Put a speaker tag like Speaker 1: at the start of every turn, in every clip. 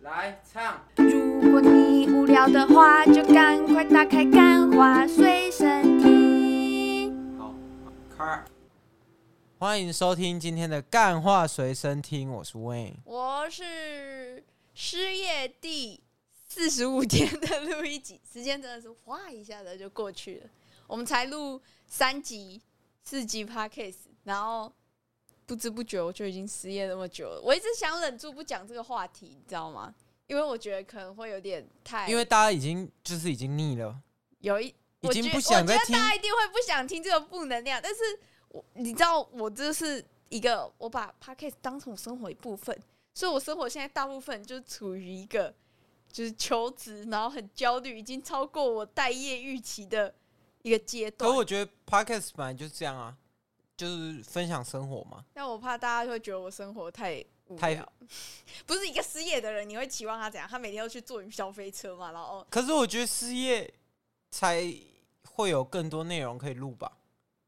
Speaker 1: 来唱，
Speaker 2: 如果你无聊的话，就赶快打开《干花随身听》。
Speaker 1: 好，开。
Speaker 3: 欢迎收听今天的干话随身听，我是 Wayne。
Speaker 4: 我是失业第四十五天的录一集，时间真的是哗一下子就过去了。我们才录三集、四集 podcast，然后不知不觉我就已经失业那么久了。我一直想忍住不讲这个话题，你知道吗？因为我觉得可能会有点太，
Speaker 3: 因为大家已经就是已经腻了，
Speaker 4: 有一
Speaker 3: 已
Speaker 4: 我
Speaker 3: 经
Speaker 4: 觉
Speaker 3: 不想再
Speaker 4: 我觉得
Speaker 3: 听
Speaker 4: 大家一定会不想听这个负能量，但是我你知道，我这是一个我把 podcast 当成我生活一部分，所以我生活现在大部分就处于一个就是求职，然后很焦虑，已经超过我待业预期的一个阶
Speaker 3: 可
Speaker 4: 段。
Speaker 3: 我觉得 Podcast 本来就是这样啊，就是分享生活嘛。
Speaker 4: 但我怕大家会觉得我生活太无
Speaker 3: 太
Speaker 4: 聊， 不是一个失业的人，你会期望他怎样？他每天要去坐云霄飞车嘛？然后哦
Speaker 3: 可是我觉得失业才会有更多内容可以录吧，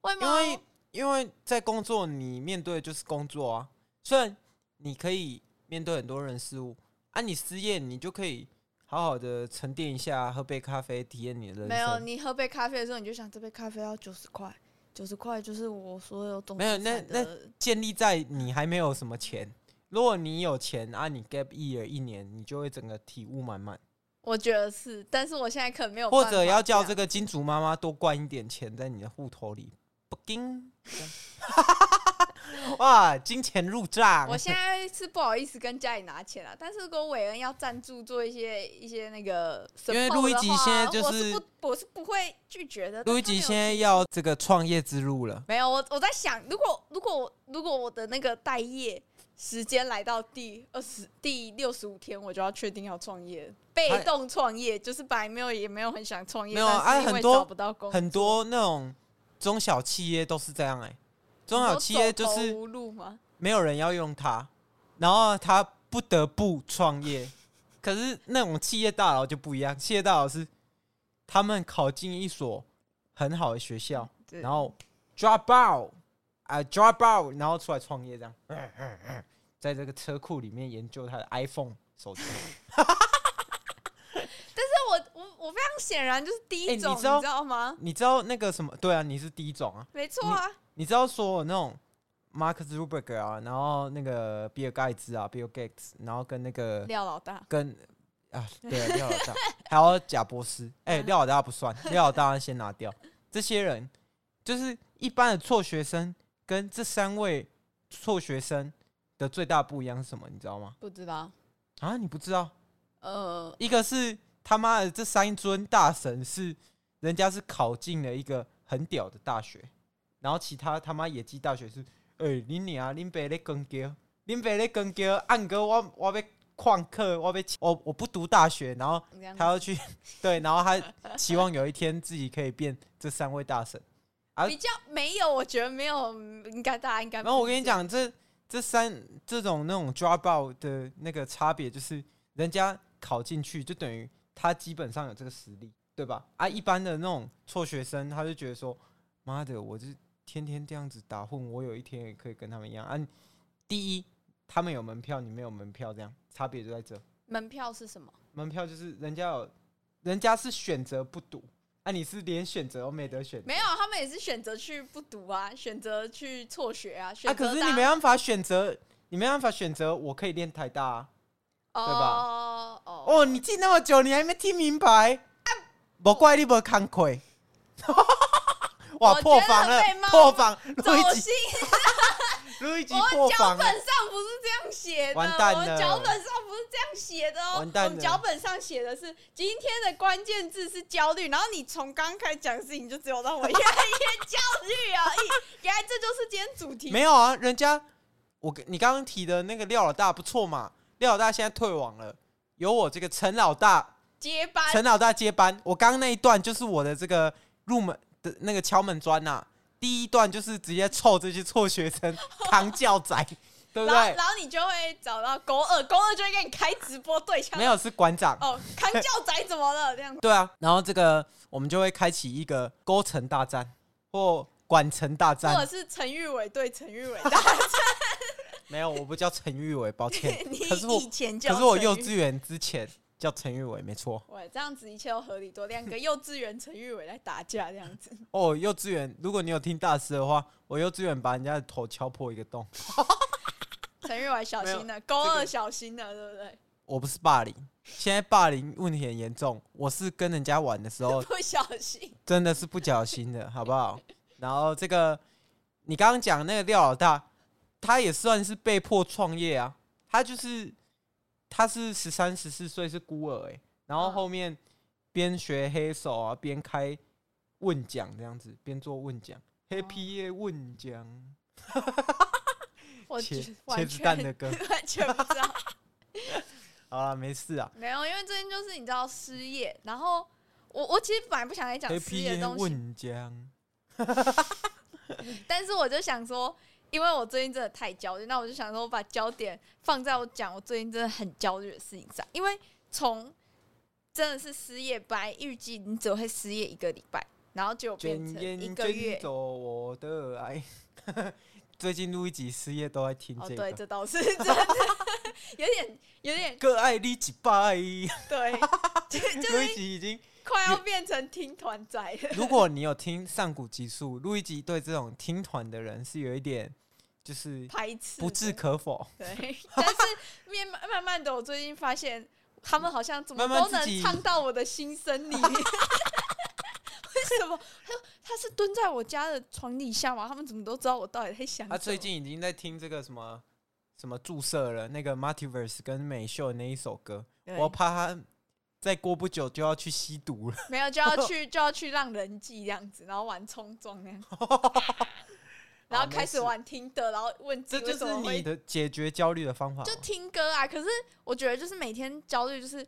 Speaker 4: 会
Speaker 3: 因
Speaker 4: 吗？
Speaker 3: 为因为在工作你面对的就是工作啊，虽然你可以面对很多人事物啊，你失业你就可以好好的沉淀一下，喝杯咖啡，体验你的人生。
Speaker 4: 没有，你喝杯咖啡的时候，你就想这杯咖啡要九十块，九十块就是我所有东西
Speaker 3: 没有那那建立在你还没有什么钱。如果你有钱啊，你 gap year 一年，你就会整个体悟满满。
Speaker 4: 我觉得是，但是我现在可能没有办
Speaker 3: 或
Speaker 4: 法
Speaker 3: 者要叫这
Speaker 4: 样
Speaker 3: 个金主妈妈多灌一点钱在你的户头里，不 金，哇，金钱入账
Speaker 4: 我。现在是不好意思跟家里拿钱啊了，但是如果韦恩要赞助做一些一些那个 support 的话，
Speaker 3: 因为录一集现在就
Speaker 4: 我
Speaker 3: 是
Speaker 4: 是不我是不会拒绝的。
Speaker 3: 录一
Speaker 4: 但他
Speaker 3: 集
Speaker 4: 没有
Speaker 3: 现在要这个创业之路了，
Speaker 4: 没有我我在想，如果如果如果我的那个待业时间来到第二十第六十五天，我就要确定要创业，被动创业就是本来没有也没有很想创业，
Speaker 3: 哎没有啊
Speaker 4: 但是
Speaker 3: 啊
Speaker 4: 因为
Speaker 3: 很多
Speaker 4: 找不到工作，
Speaker 3: 很多那种中小企业都是这样哎、中
Speaker 4: 你
Speaker 3: 小
Speaker 4: 说
Speaker 3: 企业就
Speaker 4: 走投
Speaker 3: 是
Speaker 4: 无路吗？
Speaker 3: 没有人要用它，然后他不得不创业。可是那种企业大佬就不一样，企业大佬是他们考进一所很好的学校，
Speaker 4: 对
Speaker 3: 然后 drop out 啊、drop out，然后出来创业这样，在这个车库里面研究他的 iPhone 手机。
Speaker 4: 但我我我非常显然就是第
Speaker 3: 哎
Speaker 4: 一
Speaker 3: 你
Speaker 4: 种，
Speaker 3: 知道
Speaker 4: 你知道吗？
Speaker 3: 你知道那个什么？对啊，你是第一种啊。
Speaker 4: 没错啊，
Speaker 3: 你知道所有那种 Mark Zuckerberg 啊，然后那个比尔盖茨啊，Bill Gates，然后跟那个
Speaker 4: 廖老大，
Speaker 3: 跟啊，对啊，廖老大，还有贾博士，哎、廖老大不算，廖老大先拿掉。这些人就是一般的辍学生，跟这三位辍学生的最大不一样是什么？你知道吗？
Speaker 4: 不知道，
Speaker 3: 啊，你不知道，
Speaker 4: 呃，
Speaker 3: 一个是他妈的这三尊大神是人家是考进了一个很屌的大学，然后其他他妈野鸡大学是，哎、你娘啊，恁爸咧更叫，恁爸咧更叫，按哥我我要旷课，我要我我不读大学，然后
Speaker 4: 这样
Speaker 3: 他要去 对，然后他希望有一天自己可以变这三位大神。啊
Speaker 4: 比较没有，我觉得没有，嗯应该大家应该。
Speaker 3: 然后我跟你，讲，这这三这种那种 drop out 的那个差别，就是人家考进去就等于他基本上有这个实力，对吧？啊，一般的那种辍学生，他就觉得说，妈的，我就天天这样子打混，我有一天也可以跟他们一样啊。第一，他们有门票，你没有门票，这样差别就在这。
Speaker 4: 门票是什么？
Speaker 3: 门票就是人家有，人家是选择不读，啊，你是连选择都没得选。
Speaker 4: 没有，他们也是选择去不读啊，选择去辍学啊，选
Speaker 3: 啊，
Speaker 4: 择
Speaker 3: 可是
Speaker 4: 搭
Speaker 3: 你没办法选择，你没办法选择，我可以练台大啊。对吧
Speaker 4: 哦哦
Speaker 3: 哦，你记那么久，你还没听明白？莫怪你无看 亏。哇，
Speaker 4: 我
Speaker 3: 破
Speaker 4: 觉得
Speaker 3: 防了
Speaker 4: 被，骂
Speaker 3: 破防！录
Speaker 4: 走
Speaker 3: 一集，
Speaker 4: 心，
Speaker 3: 录一集破
Speaker 4: 我脚
Speaker 3: 防
Speaker 4: 本
Speaker 3: 了。
Speaker 4: 上不是这样写的，
Speaker 3: 完蛋了
Speaker 4: 我脚本上不是这样写的哦，
Speaker 3: 完蛋了
Speaker 4: 我们脚本上写的是今天的关键字是焦虑，然后你从刚刚开始讲的事情，就只有让我越来越焦虑而已。原来这就是今天主题。
Speaker 3: 没有啊，人家我跟你刚刚提的那个廖老大不错嘛，廖老大现在退网了，有我这个陈老大，
Speaker 4: 接班，
Speaker 3: 陈老大接班。我刚刚那一段就是我的这个入门的那个敲门砖呐、第一段就是直接凑这些辍学生扛教 材，对不
Speaker 4: 然后
Speaker 3: 对？
Speaker 4: 然后你就会找到勾二，勾二就会给你开直播对枪。
Speaker 3: 没有是馆长，
Speaker 4: 哦，扛教仔怎么了？这样
Speaker 3: 对啊，然后这个我们就会开启一个勾城大战或管城大
Speaker 4: 或者
Speaker 3: 战，
Speaker 4: 是陈玉伟对陈玉伟，大家
Speaker 3: 没有，我不叫陈玉伟，抱歉。
Speaker 4: 你
Speaker 3: 可是我
Speaker 4: 以前就
Speaker 3: 可是我幼稚园之前叫陈玉伟，没错。
Speaker 4: 哇，这样子一切都合理多，两个幼稚园陈玉伟来打架这 样子，
Speaker 3: 哦，幼稚园，如果你有听大师的话，我幼稚园把人家的头敲破一个洞。
Speaker 4: 陈玉伟小心了，高
Speaker 3: 这个
Speaker 4: 二小心了，对不对？
Speaker 3: 我不是霸凌，现在霸凌问题很严重。我是跟人家玩的时候，
Speaker 4: 不小心，
Speaker 3: 真的是不小心的，好不好？然后这个你刚刚讲那个廖老大，他也算是被迫创业啊。他就是他是十三十四岁是孤儿哎、然后
Speaker 4: 嗯
Speaker 3: 后面边学黑手啊，边开问讲这样子，边做问
Speaker 4: 哦
Speaker 3: 讲，黑皮耶问讲， 茄
Speaker 4: 我觉得
Speaker 3: 茄
Speaker 4: 完
Speaker 3: 子
Speaker 4: 全
Speaker 3: 蛋的歌。
Speaker 4: 完全不知道。
Speaker 3: 好啦，没事啊。
Speaker 4: 没有，因为最近就是你知道失业，然后我我其实本来不想来讲
Speaker 3: 黑
Speaker 4: 失
Speaker 3: 皮
Speaker 4: 业的
Speaker 3: 耶
Speaker 4: 东西，
Speaker 3: 问讲，
Speaker 4: 但是我就想说，因为我最近真的太焦虑，那我就想说，我把焦点放在我讲我最近真的很焦虑的事情上，因为从真的是失业，本来预计你只会失业一个礼拜，然后就变
Speaker 3: 卷
Speaker 4: 成一
Speaker 3: 烟
Speaker 4: 个
Speaker 3: 卷
Speaker 4: 月。
Speaker 3: 走我的爱。 最近录一集失业都在听
Speaker 4: 哦，
Speaker 3: 这
Speaker 4: 对，
Speaker 3: 个。
Speaker 4: 这倒是真的，有点有点
Speaker 3: 各爱你几拜，
Speaker 4: 对，就就
Speaker 3: 录一
Speaker 4: 是
Speaker 3: 集已经。
Speaker 4: 快要变成听团仔了。
Speaker 3: 如果你有听上古集数，录一集对这种听团的人是有一点就是
Speaker 4: 排斥
Speaker 3: 不置可否。
Speaker 4: 对，但是面慢慢的，我最近发现他们好像怎么
Speaker 3: 慢慢
Speaker 4: 都
Speaker 3: 自己
Speaker 4: 能唱到我的心声 里面。为什么？他他是蹲在我家的床底下吗？他们怎么都知道我到底在想什
Speaker 3: 他
Speaker 4: 么？
Speaker 3: 啊最近已经在听这个什么什么注射了，那个 Multiverse 跟美秀的那一首歌，
Speaker 4: 对
Speaker 3: 我怕他再过不久就要去吸毒了。
Speaker 4: 没有就要 去就要去让人记这样子，然后玩冲撞那样， 然后
Speaker 3: 没
Speaker 4: 开始
Speaker 3: 事
Speaker 4: 玩听的，然后问
Speaker 3: 这
Speaker 4: 自己
Speaker 3: 就
Speaker 4: 为什
Speaker 3: 是
Speaker 4: 么
Speaker 3: 你
Speaker 4: 会
Speaker 3: 的解决焦虑的方法吗。
Speaker 4: 就听歌啊。可是我觉得就是每天焦虑，就是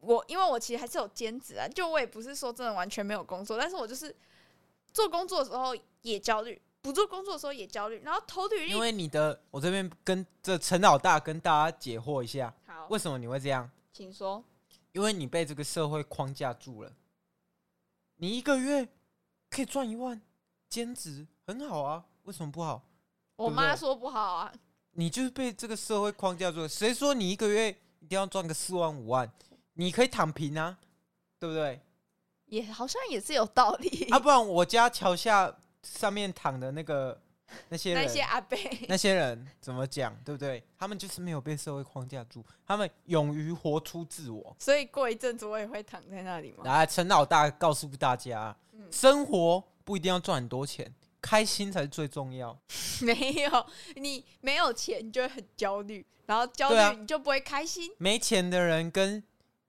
Speaker 4: 我因为我其实还是有兼职啊，就我也不是说真的完全没有工作，但是我就是做工作的时候也焦虑，不做工作的时候也焦虑，然后投履
Speaker 3: 因
Speaker 4: 历
Speaker 3: 为你的，我这边跟这陈老大跟大家解惑一下，
Speaker 4: 好，
Speaker 3: 为什么你会这样？
Speaker 4: 请说。
Speaker 3: 因为你被这个社会框架住了。你一个月可以赚一万，兼职很好啊，为什么不好？
Speaker 4: 我
Speaker 3: 对不
Speaker 4: 妈
Speaker 3: 对
Speaker 4: 说不好啊，
Speaker 3: 你就是被这个社会框架住了。谁说你一个月一定要赚个四万五万？你可以躺平啊，对不对？
Speaker 4: 也好像也是有道理。
Speaker 3: 啊，不然我家桥下上面躺的那个那些人，
Speaker 4: 那些阿伯，
Speaker 3: 那些人怎么讲，对不对？他们就是没有被社会框架住，他们勇于活出自我。
Speaker 4: 所以过一阵子我也会躺在那里嘛。
Speaker 3: 来，陈老大告诉大家，
Speaker 4: 嗯
Speaker 3: 生活不一定要赚很多钱，开心才是最重要。
Speaker 4: 没有， 你没有钱，你就会很焦虑，然后焦
Speaker 3: 对啊
Speaker 4: 虑你就不会开心。
Speaker 3: 没钱的人跟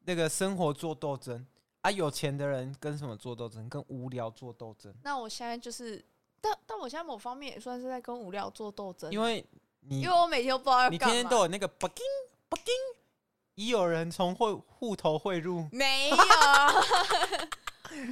Speaker 3: 那个生活做斗争啊，有钱的人跟什么做斗争？跟无聊做斗争，
Speaker 4: 那我现在就是，但但我现在某方面也算是在跟无聊做斗争，
Speaker 3: 因为你
Speaker 4: 嗯因为我每天都不知道要
Speaker 3: 你
Speaker 4: 干
Speaker 3: 天
Speaker 4: 嘛。
Speaker 3: 天都有那个 b u g i n b u g i n 已有人从汇户头汇入，
Speaker 4: 没有，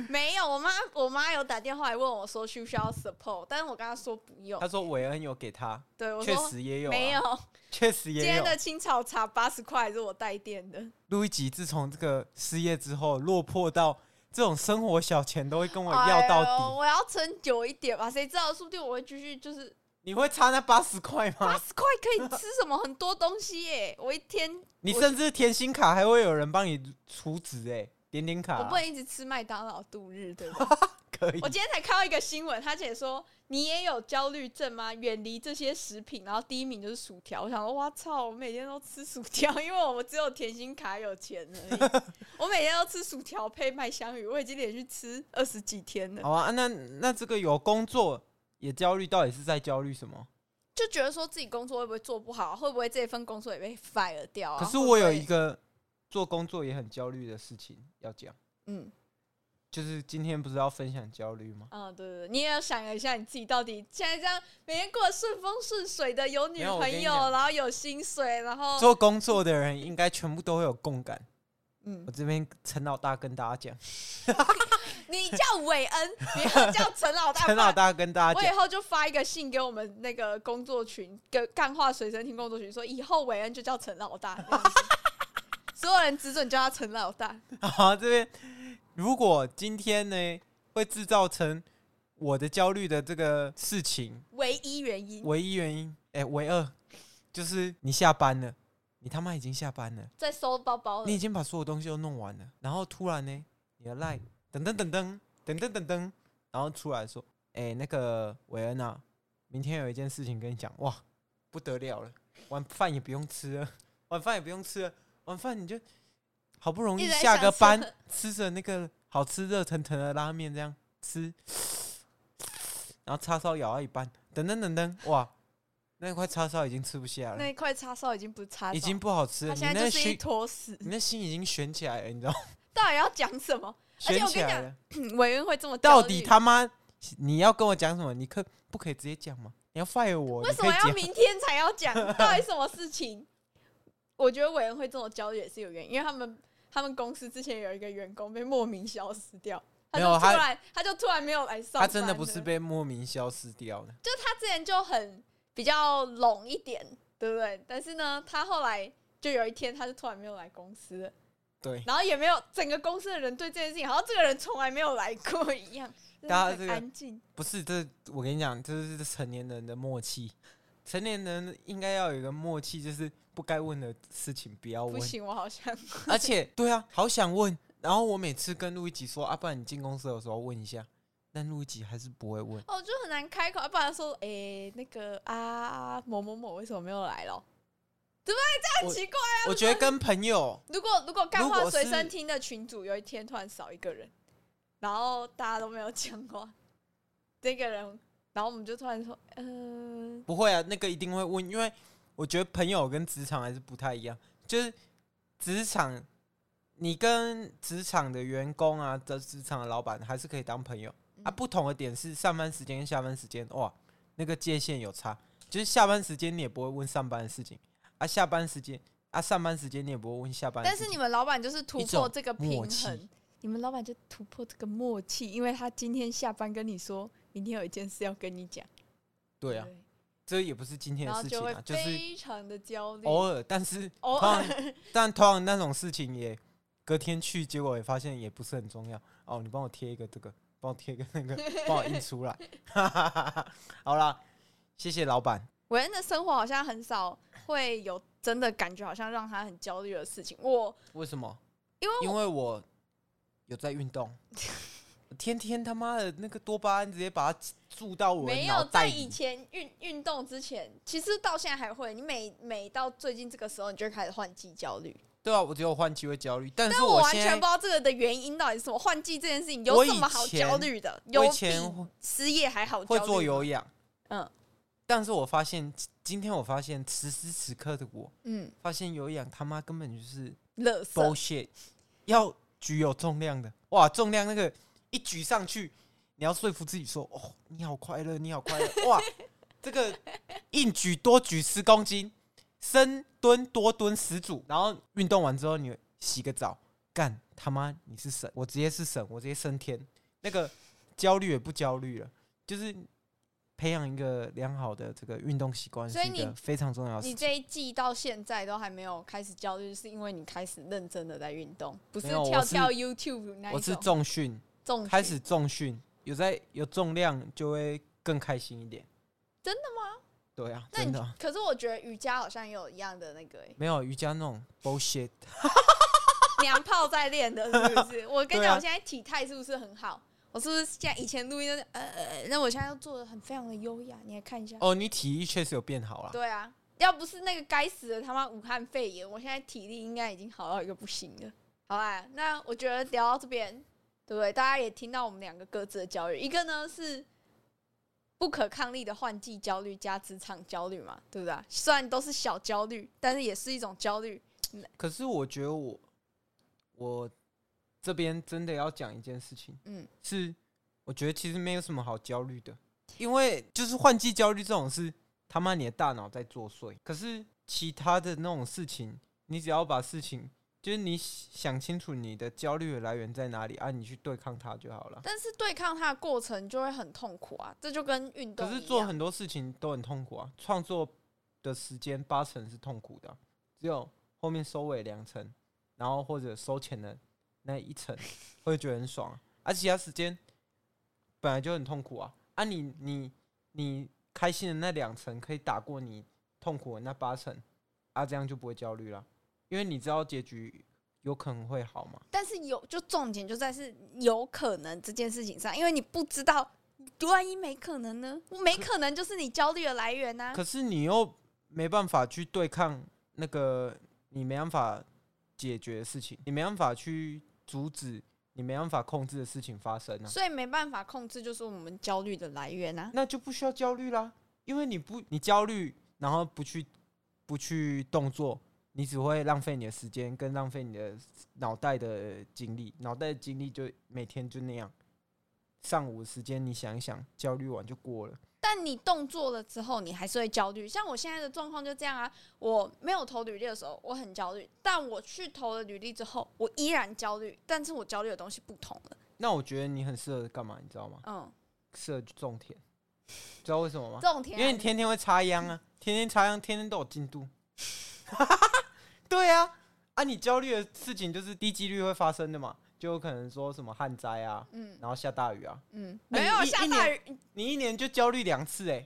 Speaker 4: 没有。我妈我妈有打电话来问我说需不需要 support，但是我跟她说不用
Speaker 3: 他。说韦恩有给他，
Speaker 4: 对，我
Speaker 3: 确
Speaker 4: 说
Speaker 3: 实也有、啊，
Speaker 4: 没有。
Speaker 3: 确实
Speaker 4: 今
Speaker 3: 也
Speaker 4: 天
Speaker 3: 有。啊
Speaker 4: 的青草茶八十块还是我带电的，
Speaker 3: 路易吉自从这个失业之后，落魄到这种生活小钱都会跟 我要到
Speaker 4: 哎呦
Speaker 3: 底。
Speaker 4: 我要撑久一点吧，谁知道说不定我会继续就是
Speaker 3: 你会差那八十块
Speaker 4: 八
Speaker 3: 吗？
Speaker 4: 十块可以吃什么很多东西耶、我一天
Speaker 3: 你甚至甜心卡还会有人帮你储值哎，点点卡、
Speaker 4: 我不能一直吃麦当劳度日，对吧？
Speaker 3: 可以
Speaker 4: 我。今天才看到一个新闻，他姐说你也有焦虑症吗？远离这些食品，然后第一名就是薯条。我想说，哇操，我每天都吃薯条， 因为我们只有甜心卡有钱 而已。我每天都吃薯条配麦香鱼，我已经连续吃二十几天了，
Speaker 3: 好啊，那那这个有工作也焦虑，到底是在焦虑什么？
Speaker 4: 就觉得说自己工作会不会做不好，会不会这份工作也被 fire 掉啊？
Speaker 3: 可是我有一
Speaker 4: 会不会
Speaker 3: 个做工作也很焦虑的事情要讲，
Speaker 4: 嗯。
Speaker 3: 就是今天不是要分享焦虑吗？
Speaker 4: 啊、对对对，你也要想一下你自己到底现在这样每天过得顺风顺水的，有
Speaker 3: 没
Speaker 4: 女
Speaker 3: 有我跟
Speaker 4: 朋
Speaker 3: 你
Speaker 4: 友，
Speaker 3: 讲
Speaker 4: 然后有薪水，然后
Speaker 3: 做工作的人应该全部都会有共感。
Speaker 4: 嗯
Speaker 3: 我，这边陈老大跟大家讲，
Speaker 4: 你叫韦恩，你要叫陈老 大。
Speaker 3: 陈老，大跟大家
Speaker 4: 我
Speaker 3: 讲
Speaker 4: 以，后就发一个信给我们那个工作群，跟干话随身听工作群，说以后韦恩就叫陈老大，这样子 所有人只准叫他陈老大。
Speaker 3: 好，这边如果今天呢会制造成我的焦虑的这个事情，
Speaker 4: 唯一原因，
Speaker 3: 唯一原因，哎、唯二，就是你下班了，你他妈已经下班了，
Speaker 4: 在收包包
Speaker 3: 你已
Speaker 4: 了，
Speaker 3: 经把所有东西都弄完了，然后突然呢，你的 line 噔噔噔噔噔噔噔噔，然后出来说，哎、那个韦恩啊，明天有一件事情跟你讲，哇，不得了了，晚饭也不用吃了，晚饭也不用吃了，晚饭你就好不容易
Speaker 4: 一直在
Speaker 3: 下
Speaker 4: 想
Speaker 3: 个
Speaker 4: 吃
Speaker 3: 班，吃着那个好吃热腾腾的拉面这样吃，然后叉烧咬到一半，噔噔噔噔，哇，那块叉烧已经吃不下
Speaker 4: 那
Speaker 3: 了，
Speaker 4: 一块叉烧已经不是叉烧，
Speaker 3: 已经不好吃了，
Speaker 4: 他
Speaker 3: 你
Speaker 4: 现在
Speaker 3: 那
Speaker 4: 就是一
Speaker 3: 心
Speaker 4: 坨屎。
Speaker 3: 你那心已经悬起来了，你知道吗。
Speaker 4: 到底要讲什么？ 而
Speaker 3: 选
Speaker 4: 且我跟你
Speaker 3: 起来了。
Speaker 4: 委员会这么焦
Speaker 3: 到
Speaker 4: 虑
Speaker 3: 底他妈你要跟我讲什么？你可不可以直接讲嘛？你要 fire 我？
Speaker 4: 为
Speaker 3: 你
Speaker 4: 什
Speaker 3: 可以
Speaker 4: 么要
Speaker 3: 讲
Speaker 4: 明天才要 讲？到底什么事情？我觉得委员会这么焦虑也是有原因，因为他们他们公司之前有一个员工被莫名消失掉，他
Speaker 3: 没
Speaker 4: 就
Speaker 3: 有
Speaker 4: 突
Speaker 3: 他
Speaker 4: 然他就突然没有来上班
Speaker 3: 他
Speaker 4: 了，
Speaker 3: 真的不是被莫名消失掉的，
Speaker 4: 就他之前就很比较拢一点，对不对？但是呢，他后来就有一天他就突然没有来公司了，
Speaker 3: 对，
Speaker 4: 然后也没有整个公司的人对这件事情，好像这个人从来没有来过一样，真的
Speaker 3: 大家这
Speaker 4: 很
Speaker 3: 个
Speaker 4: 安静。
Speaker 3: 不是这，我跟你讲，这是成年人的默契。成年人应该要有一个默契，就是不该问的事情不要
Speaker 4: 不
Speaker 3: 问。
Speaker 4: 行，我好像
Speaker 3: 而且，对啊，好想问。然后我每次跟路易吉说啊，不然你进公司的时候问一下，但路易吉还是不会问。
Speaker 4: 哦，就很难开口，要不然说，哎、那个啊，某某某为什么没有来咯？对不对？这
Speaker 3: 我
Speaker 4: 很奇怪。
Speaker 3: 我觉得跟朋友
Speaker 4: 如果如果干
Speaker 3: 如
Speaker 4: 话
Speaker 3: 果是
Speaker 4: 随身听的群主有一天突然少一个人，然后大家都没有讲话，这个人，然后我们就突然说，嗯、
Speaker 3: 不会啊，那个一定会问，因为我觉得朋友跟职场还是不太一样，就是职场，你跟职场的员工啊，这职场的老板还是可以当朋友啊。
Speaker 4: 嗯
Speaker 3: 不同的点是上班时间跟下班时间，哇，那个界限有差，就是下班时间你也不会问上班的事情啊，下班时间啊，上班时间你也不会问下班的
Speaker 4: 但
Speaker 3: 事情。
Speaker 4: 是你们老板就是突
Speaker 3: 一
Speaker 4: 破
Speaker 3: 种
Speaker 4: 这个
Speaker 3: 默
Speaker 4: 平
Speaker 3: 契
Speaker 4: 衡，你们老板就突破这个默契，因为他今天下班跟你说，明天有一件事要跟你讲，
Speaker 3: 对啊，这也不是今天
Speaker 4: 然
Speaker 3: 的
Speaker 4: 后
Speaker 3: 事情
Speaker 4: 就会
Speaker 3: 啊，就是
Speaker 4: 非常的焦虑，
Speaker 3: 偶尔，但是
Speaker 4: 偶
Speaker 3: 通
Speaker 4: 尔
Speaker 3: 常。但通常那种事情也隔天去，结果也发现也不是很重要。哦，你帮我贴一个这个，帮我贴一个那个， 帮我印出来。好啦，谢谢老板。
Speaker 4: 韦恩的生活好像很少会有真的感觉，好像让他很焦虑的事情。我
Speaker 3: 为什么？
Speaker 4: 因为
Speaker 3: 因为我有在运动，天天他妈的那个多巴胺直接把它注到我的
Speaker 4: 没
Speaker 3: 脑
Speaker 4: 有
Speaker 3: 袋
Speaker 4: 在
Speaker 3: 里
Speaker 4: 以。前运运动之前，其实到现在还会。你每每到最近这个时候，你就会开始换季焦虑。
Speaker 3: 对啊，我只有换气会焦虑，但是
Speaker 4: 但我完
Speaker 3: 现
Speaker 4: 全不
Speaker 3: 在
Speaker 4: 知道这个的原因到底是什么。换季这件事情
Speaker 3: 我
Speaker 4: 有
Speaker 3: 以
Speaker 4: 什么好
Speaker 3: 前
Speaker 4: 焦虑的？
Speaker 3: 我
Speaker 4: 有
Speaker 3: 以
Speaker 4: 比
Speaker 3: 前会
Speaker 4: 失业还好焦
Speaker 3: 会
Speaker 4: 虑吗？
Speaker 3: 做有氧，
Speaker 4: 嗯
Speaker 3: 但是我发现今天我发现此时此刻的我，
Speaker 4: 嗯，
Speaker 3: 发现有氧他妈根本就是
Speaker 4: 乐色
Speaker 3: bullshit，要举有重量的，哇，重量那个一举上去，你要说服自己说，哦，你好快乐，你好快 乐，哇，这个硬举多举十公斤，深蹲多蹲十组，然后运动完之后你洗个澡，干他妈你是神，我直接是神，我直接升天，那个焦虑也不焦虑了，就是。培养一个良好的这个运动习惯
Speaker 4: 所
Speaker 3: 是
Speaker 4: 以
Speaker 3: 一个
Speaker 4: 你
Speaker 3: 非常重要的事
Speaker 4: 你
Speaker 3: 情。
Speaker 4: 这一季到现在都还没有开始焦虑，是因为你开始认真的在运动，不是
Speaker 3: 没有我
Speaker 4: 跳
Speaker 3: 是
Speaker 4: 跳 YouTube 那一种。
Speaker 3: 我是重训，
Speaker 4: 重
Speaker 3: 开
Speaker 4: 训
Speaker 3: 始重训，有在有重量就会更开心一点。
Speaker 4: 真
Speaker 3: 的吗？对啊，
Speaker 4: 那
Speaker 3: 真
Speaker 4: 你
Speaker 3: 的啊
Speaker 4: 可是我觉得瑜伽好像也有一样的那个、欸
Speaker 3: 没有瑜伽那种 bullshit，
Speaker 4: 娘炮在练的，是不 是？我跟你
Speaker 3: 对啊
Speaker 4: 讲，我现在体态是不是很好？我是不是现在以前录音就是呃呃，呃那我现在要做的很非常的优雅，你来看一下。
Speaker 3: 哦，你体力确实有变好啦。
Speaker 4: 对啊，要不是那个该死的他妈武汉肺炎，我现在体力应该已经好到一个不行了。好啦，那我觉得聊到这边，对不对？大家也听到我们两个各自的焦虑，一个呢是不可抗力的换季焦虑加职场焦虑嘛，对不对？虽然都是小焦虑，但是也是一种焦虑。
Speaker 3: 可是我觉得我我这边真的要讲一件事情，
Speaker 4: 嗯，
Speaker 3: 是我觉得其实没有什么好焦虑的，因为就是换季焦虑这种事，他妈你的大脑在作祟。可是其他的那种事情，你只要把事情，就是你想清楚你的焦虑的来源在哪里啊，你去对抗它就好了。
Speaker 4: 但是对抗它的过程就会很痛苦啊，这就跟运动
Speaker 3: 可
Speaker 4: 一样。
Speaker 3: 是做很多事情都很痛苦啊，创作的时间八成是痛苦的啊、只有后面收尾两成，然后或者收钱的那一层会觉得很爽啊，而、其他时间本来就很痛苦啊，啊你你你开心的那两层可以打过你痛苦的那八成，啊，这样就不会焦虑了，因为你知道结局有可能会好嘛。
Speaker 4: 但是有就重点就在是有可能这件事情上，因为你不知道，万一没可能呢？没可能就是你焦虑的来源啊呐、
Speaker 3: 可是你又没办法去对抗那个你没办法解决的事情，你没办法去阻止你没办法控制的事情发生啊，
Speaker 4: 所以没办法控制，就是我们焦虑的来源啊。
Speaker 3: 那就不需要焦虑啦，因为你不你焦虑，然后不去不去动作，你只会浪费你的时间，跟浪费你的脑袋的精力，脑袋的精力就每天就那样。上午时间你想一想，焦虑完就过了。
Speaker 4: 但你动作了之后，你还是会焦虑。像我现在的状况就这样啊，我没有投履历的时候，我很焦虑；但我去投了履历之后，我依然焦虑，但是我焦虑的东西不同了。
Speaker 3: 那我觉得你很适合干嘛，你知道吗？
Speaker 4: 嗯，
Speaker 3: 适合种田，知道为什么吗？
Speaker 4: 这种甜，
Speaker 3: 因为你天天会插秧啊，天天插秧，天天都有进度。 对啊，啊，你焦虑的事情就是低几率会发生的嘛，就有可能说什么旱灾啊，
Speaker 4: 嗯
Speaker 3: 然后下大雨啊，
Speaker 4: 嗯，
Speaker 3: 那
Speaker 4: 没
Speaker 3: 你
Speaker 4: 有
Speaker 3: 一
Speaker 4: 下
Speaker 3: 一
Speaker 4: 大
Speaker 3: 年
Speaker 4: 雨，
Speaker 3: 你一年就焦虑两次哎、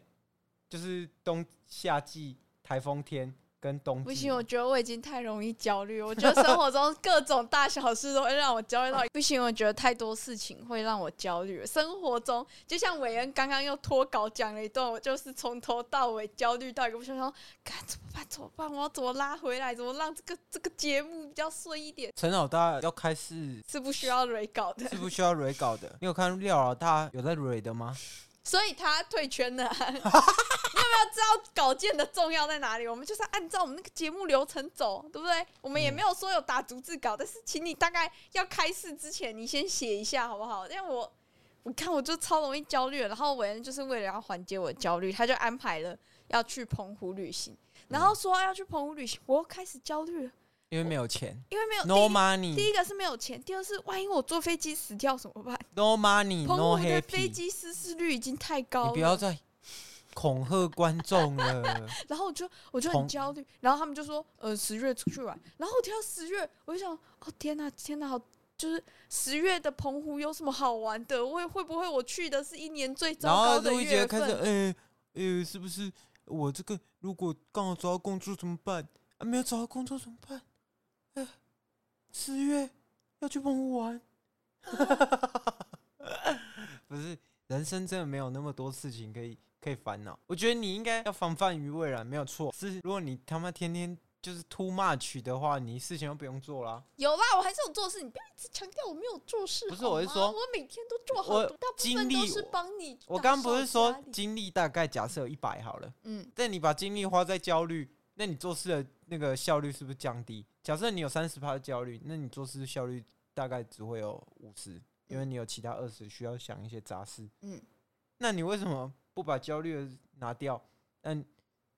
Speaker 3: 就是冬夏季台风天跟冬季。
Speaker 4: 不行，我觉得我已经太容易焦虑。我觉得生 活中各种大小事都会让我焦虑到不行。我觉得太多事情会让我焦虑了。生活中就像韦恩刚刚又脱稿讲了一段，我就是从头到尾焦虑到一个不行，说该怎么办？怎么办？我要怎么拉回来？怎么让这个这个节目比较顺一点？
Speaker 3: 陈老大要开始
Speaker 4: 是不需要蕊稿的
Speaker 3: 是，不需要蕊稿的，你有看廖老大有在蕊的吗？
Speaker 4: 所以他退圈 了啊、你有没有知道稿件的重要在哪里？我们就是按照我们那个节目流程走，对不对？我们也没有说有打逐字稿，但是请你大概要开市之前，你先写一下好不好？因为我我看我就超容易焦虑了，然后伟恩就是为了要缓解我的焦虑，他就安排了要去澎湖旅行，然后说要去澎湖旅行，我又开始焦虑了，
Speaker 3: 因为没有钱
Speaker 4: 因为没有第
Speaker 3: ，no
Speaker 4: 一
Speaker 3: money，no
Speaker 4: 第一个是没有钱，第二是万一我坐飞机死掉怎么办？澎
Speaker 3: money，no
Speaker 4: 湖的飞
Speaker 3: happy。
Speaker 4: 机失事率已经太高了，
Speaker 3: 你不要再恐吓观众 了。
Speaker 4: 然后我就我就
Speaker 3: 同
Speaker 4: 很焦虑，然后他们就说，呃，十月出去玩，然后我听到十月，我就想，哦天哪，天哪，好，就是十月的澎湖有什么好玩的？会会不会我去的是一年最糟
Speaker 3: 然后
Speaker 4: 糕的
Speaker 3: 陆一杰
Speaker 4: 月
Speaker 3: 开始，
Speaker 4: 份？
Speaker 3: 哎、哎、是不是我这个如果刚好找到工作怎么办？啊，没有找到工作怎么办？哎、十月要去澎湖玩， 不是人生真的没有那么多事情可以可以烦恼。我觉得你应该要防范于未然，没有错。是如果你他妈天天就是 too much 的话，你事情都不用做啦。
Speaker 4: 有啦，我还是有做事，你不要一直强调我没有做事。
Speaker 3: 不是
Speaker 4: 好
Speaker 3: 我是
Speaker 4: 吗
Speaker 3: 说
Speaker 4: 我每天都做
Speaker 3: 我
Speaker 4: 好，大部
Speaker 3: 经
Speaker 4: 分都
Speaker 3: 历
Speaker 4: 是
Speaker 3: 我
Speaker 4: 帮你。
Speaker 3: 我刚不是说，精力大概假设有一百好了。
Speaker 4: 嗯，
Speaker 3: 但你把精力花在焦虑，那你做事的那个效率是不是降低？假设你有三十趴的焦虑，那你做事效率大概只会有五十，因为你有其他二十需要想一些杂事。
Speaker 4: 嗯，
Speaker 3: 那你为什么不把焦虑的拿掉？那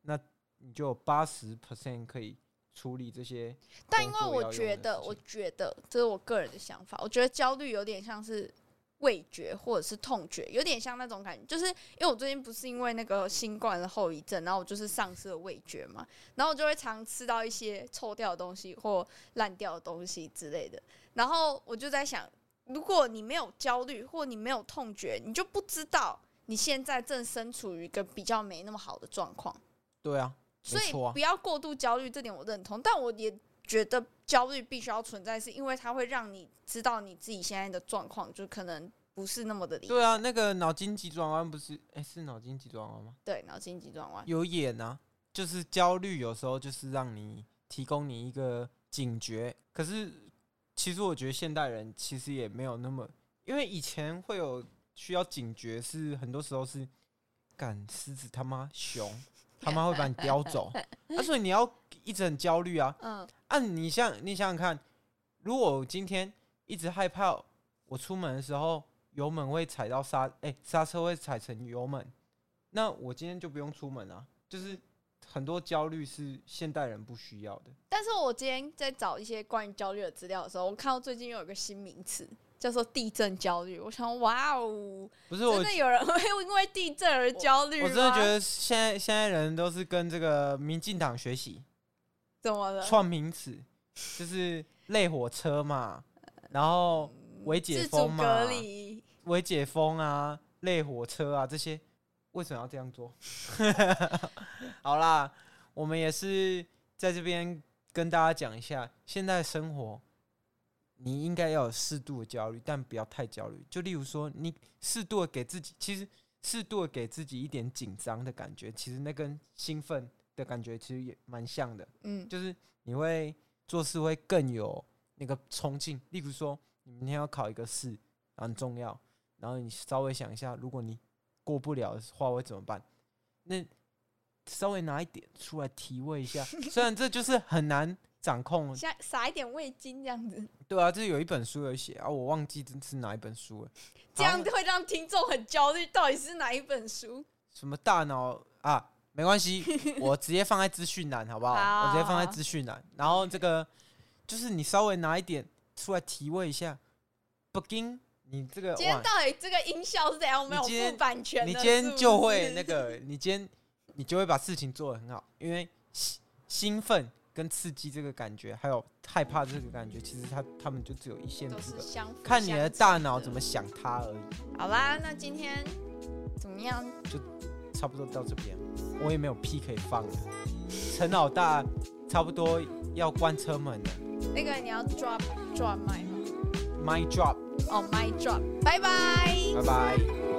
Speaker 3: 那你就有八十 percent 可以处理这些
Speaker 4: 但因为
Speaker 3: 工作
Speaker 4: 我
Speaker 3: 要用
Speaker 4: 觉
Speaker 3: 的
Speaker 4: 得，
Speaker 3: 事
Speaker 4: 我
Speaker 3: 情
Speaker 4: 觉得这是我个人的想法。我觉得焦虑有点像是味觉或者是痛觉，有点像那种感觉。就是因为我最近不是因为那个新冠的后遗症，然后我就是丧失了味觉嘛，然后我就会常吃到一些臭掉的东西或烂掉的东西之类的。然后我就在想，如果你没有焦虑或你没有痛觉，你就不知道你现在正身处于一个比较没那么好的状况。
Speaker 3: 对啊，
Speaker 4: 所以
Speaker 3: 没错啊
Speaker 4: 不要过度焦虑，这点我认同。但我也觉得焦虑必须要存在，是因为它会让你知道你自己现在的状况，就可能不是那么的理
Speaker 3: 对啊，那个脑筋急转弯不是哎、是脑筋急转弯吗？
Speaker 4: 对，脑筋急转弯。
Speaker 3: 有演啊，就是焦虑有时候就是让你提供你一个警觉。可是其实我觉得现代人其实也没有那么，因为以前会有需要警觉是，很多时候是赶狮子他妈熊他妈会把你叼走，啊，所以你要一直很焦虑啊。
Speaker 4: 嗯，
Speaker 3: 啊，你想你想想看，如果我今天一直害怕我出门的时候油门会踩到刹，哎、刹车会踩成油门，那我今天就不用出门啊。就是很多焦虑是现代人不需要的，
Speaker 4: 但是我今天在找一些关于焦虑的资料的时候，我看到最近又有一个新名词。叫做地震焦虑，我想，哇哦，
Speaker 3: 不是我
Speaker 4: 真。的有人会因为地震而焦虑
Speaker 3: 我真的
Speaker 4: 吗
Speaker 3: 觉得现在现在人都是跟这个民进党学习
Speaker 4: 怎么了？
Speaker 3: 创名词，就是类火车嘛，然后微解
Speaker 4: 嗯自主
Speaker 3: 封嘛，
Speaker 4: 隔离，
Speaker 3: 微解封啊、 类火车啊这些，为什么要这样做？好啦，我们也是在这边跟大家讲一下，现在生活你应该要有适度的焦虑，但不要太焦虑。就例如说，你适度的给自己，其实适度的给自己一点紧张的感觉，其实那跟兴奋的感觉其实也蛮像的。
Speaker 4: 嗯，
Speaker 3: 就是你会做事会更有那个冲劲。例如说，你明天要考一个试，然后很重要，然后你稍微想一下，如果你过不了的话会怎么办？那稍微拿一点出来提味一 下，虽然这就是很难掌控，
Speaker 4: 像撒一点味精这样子，
Speaker 3: 对啊，这有一本书有写啊，我忘记这是哪一本书了，
Speaker 4: 这
Speaker 3: 好
Speaker 4: 样会让听众很焦虑，到底是哪一本书？
Speaker 3: 什么大脑啊，没关 系，我直接放在资讯栏好不好？我直接放在
Speaker 4: 好
Speaker 3: 资讯栏，然后这个就是你稍微拿一点出来提味一下。begin，你这个
Speaker 4: 今天
Speaker 3: 哇，
Speaker 4: 到底这个音效是怎样？我们有
Speaker 3: 你今天
Speaker 4: 付版权的
Speaker 3: 你今天就会那，
Speaker 4: 是
Speaker 3: 个，你今天你就会把事情做得很好，因为兴兴奋跟刺激这个感觉，还有害怕这个感觉，其实它他们就只有一线
Speaker 4: 不
Speaker 3: 之
Speaker 4: 是都
Speaker 3: 隔
Speaker 4: 是，相辅
Speaker 3: 看你的
Speaker 4: 相成
Speaker 3: 大脑怎么想它而已。
Speaker 4: 好啦，那今天怎么样？
Speaker 3: 差不多到这边，我也没有屁可以放了。陈老大差不多要关车门了
Speaker 4: 那个你要 drop drop 麦吗？
Speaker 3: ，My Drop，
Speaker 4: 哦、m y drop，拜拜。
Speaker 3: 拜拜。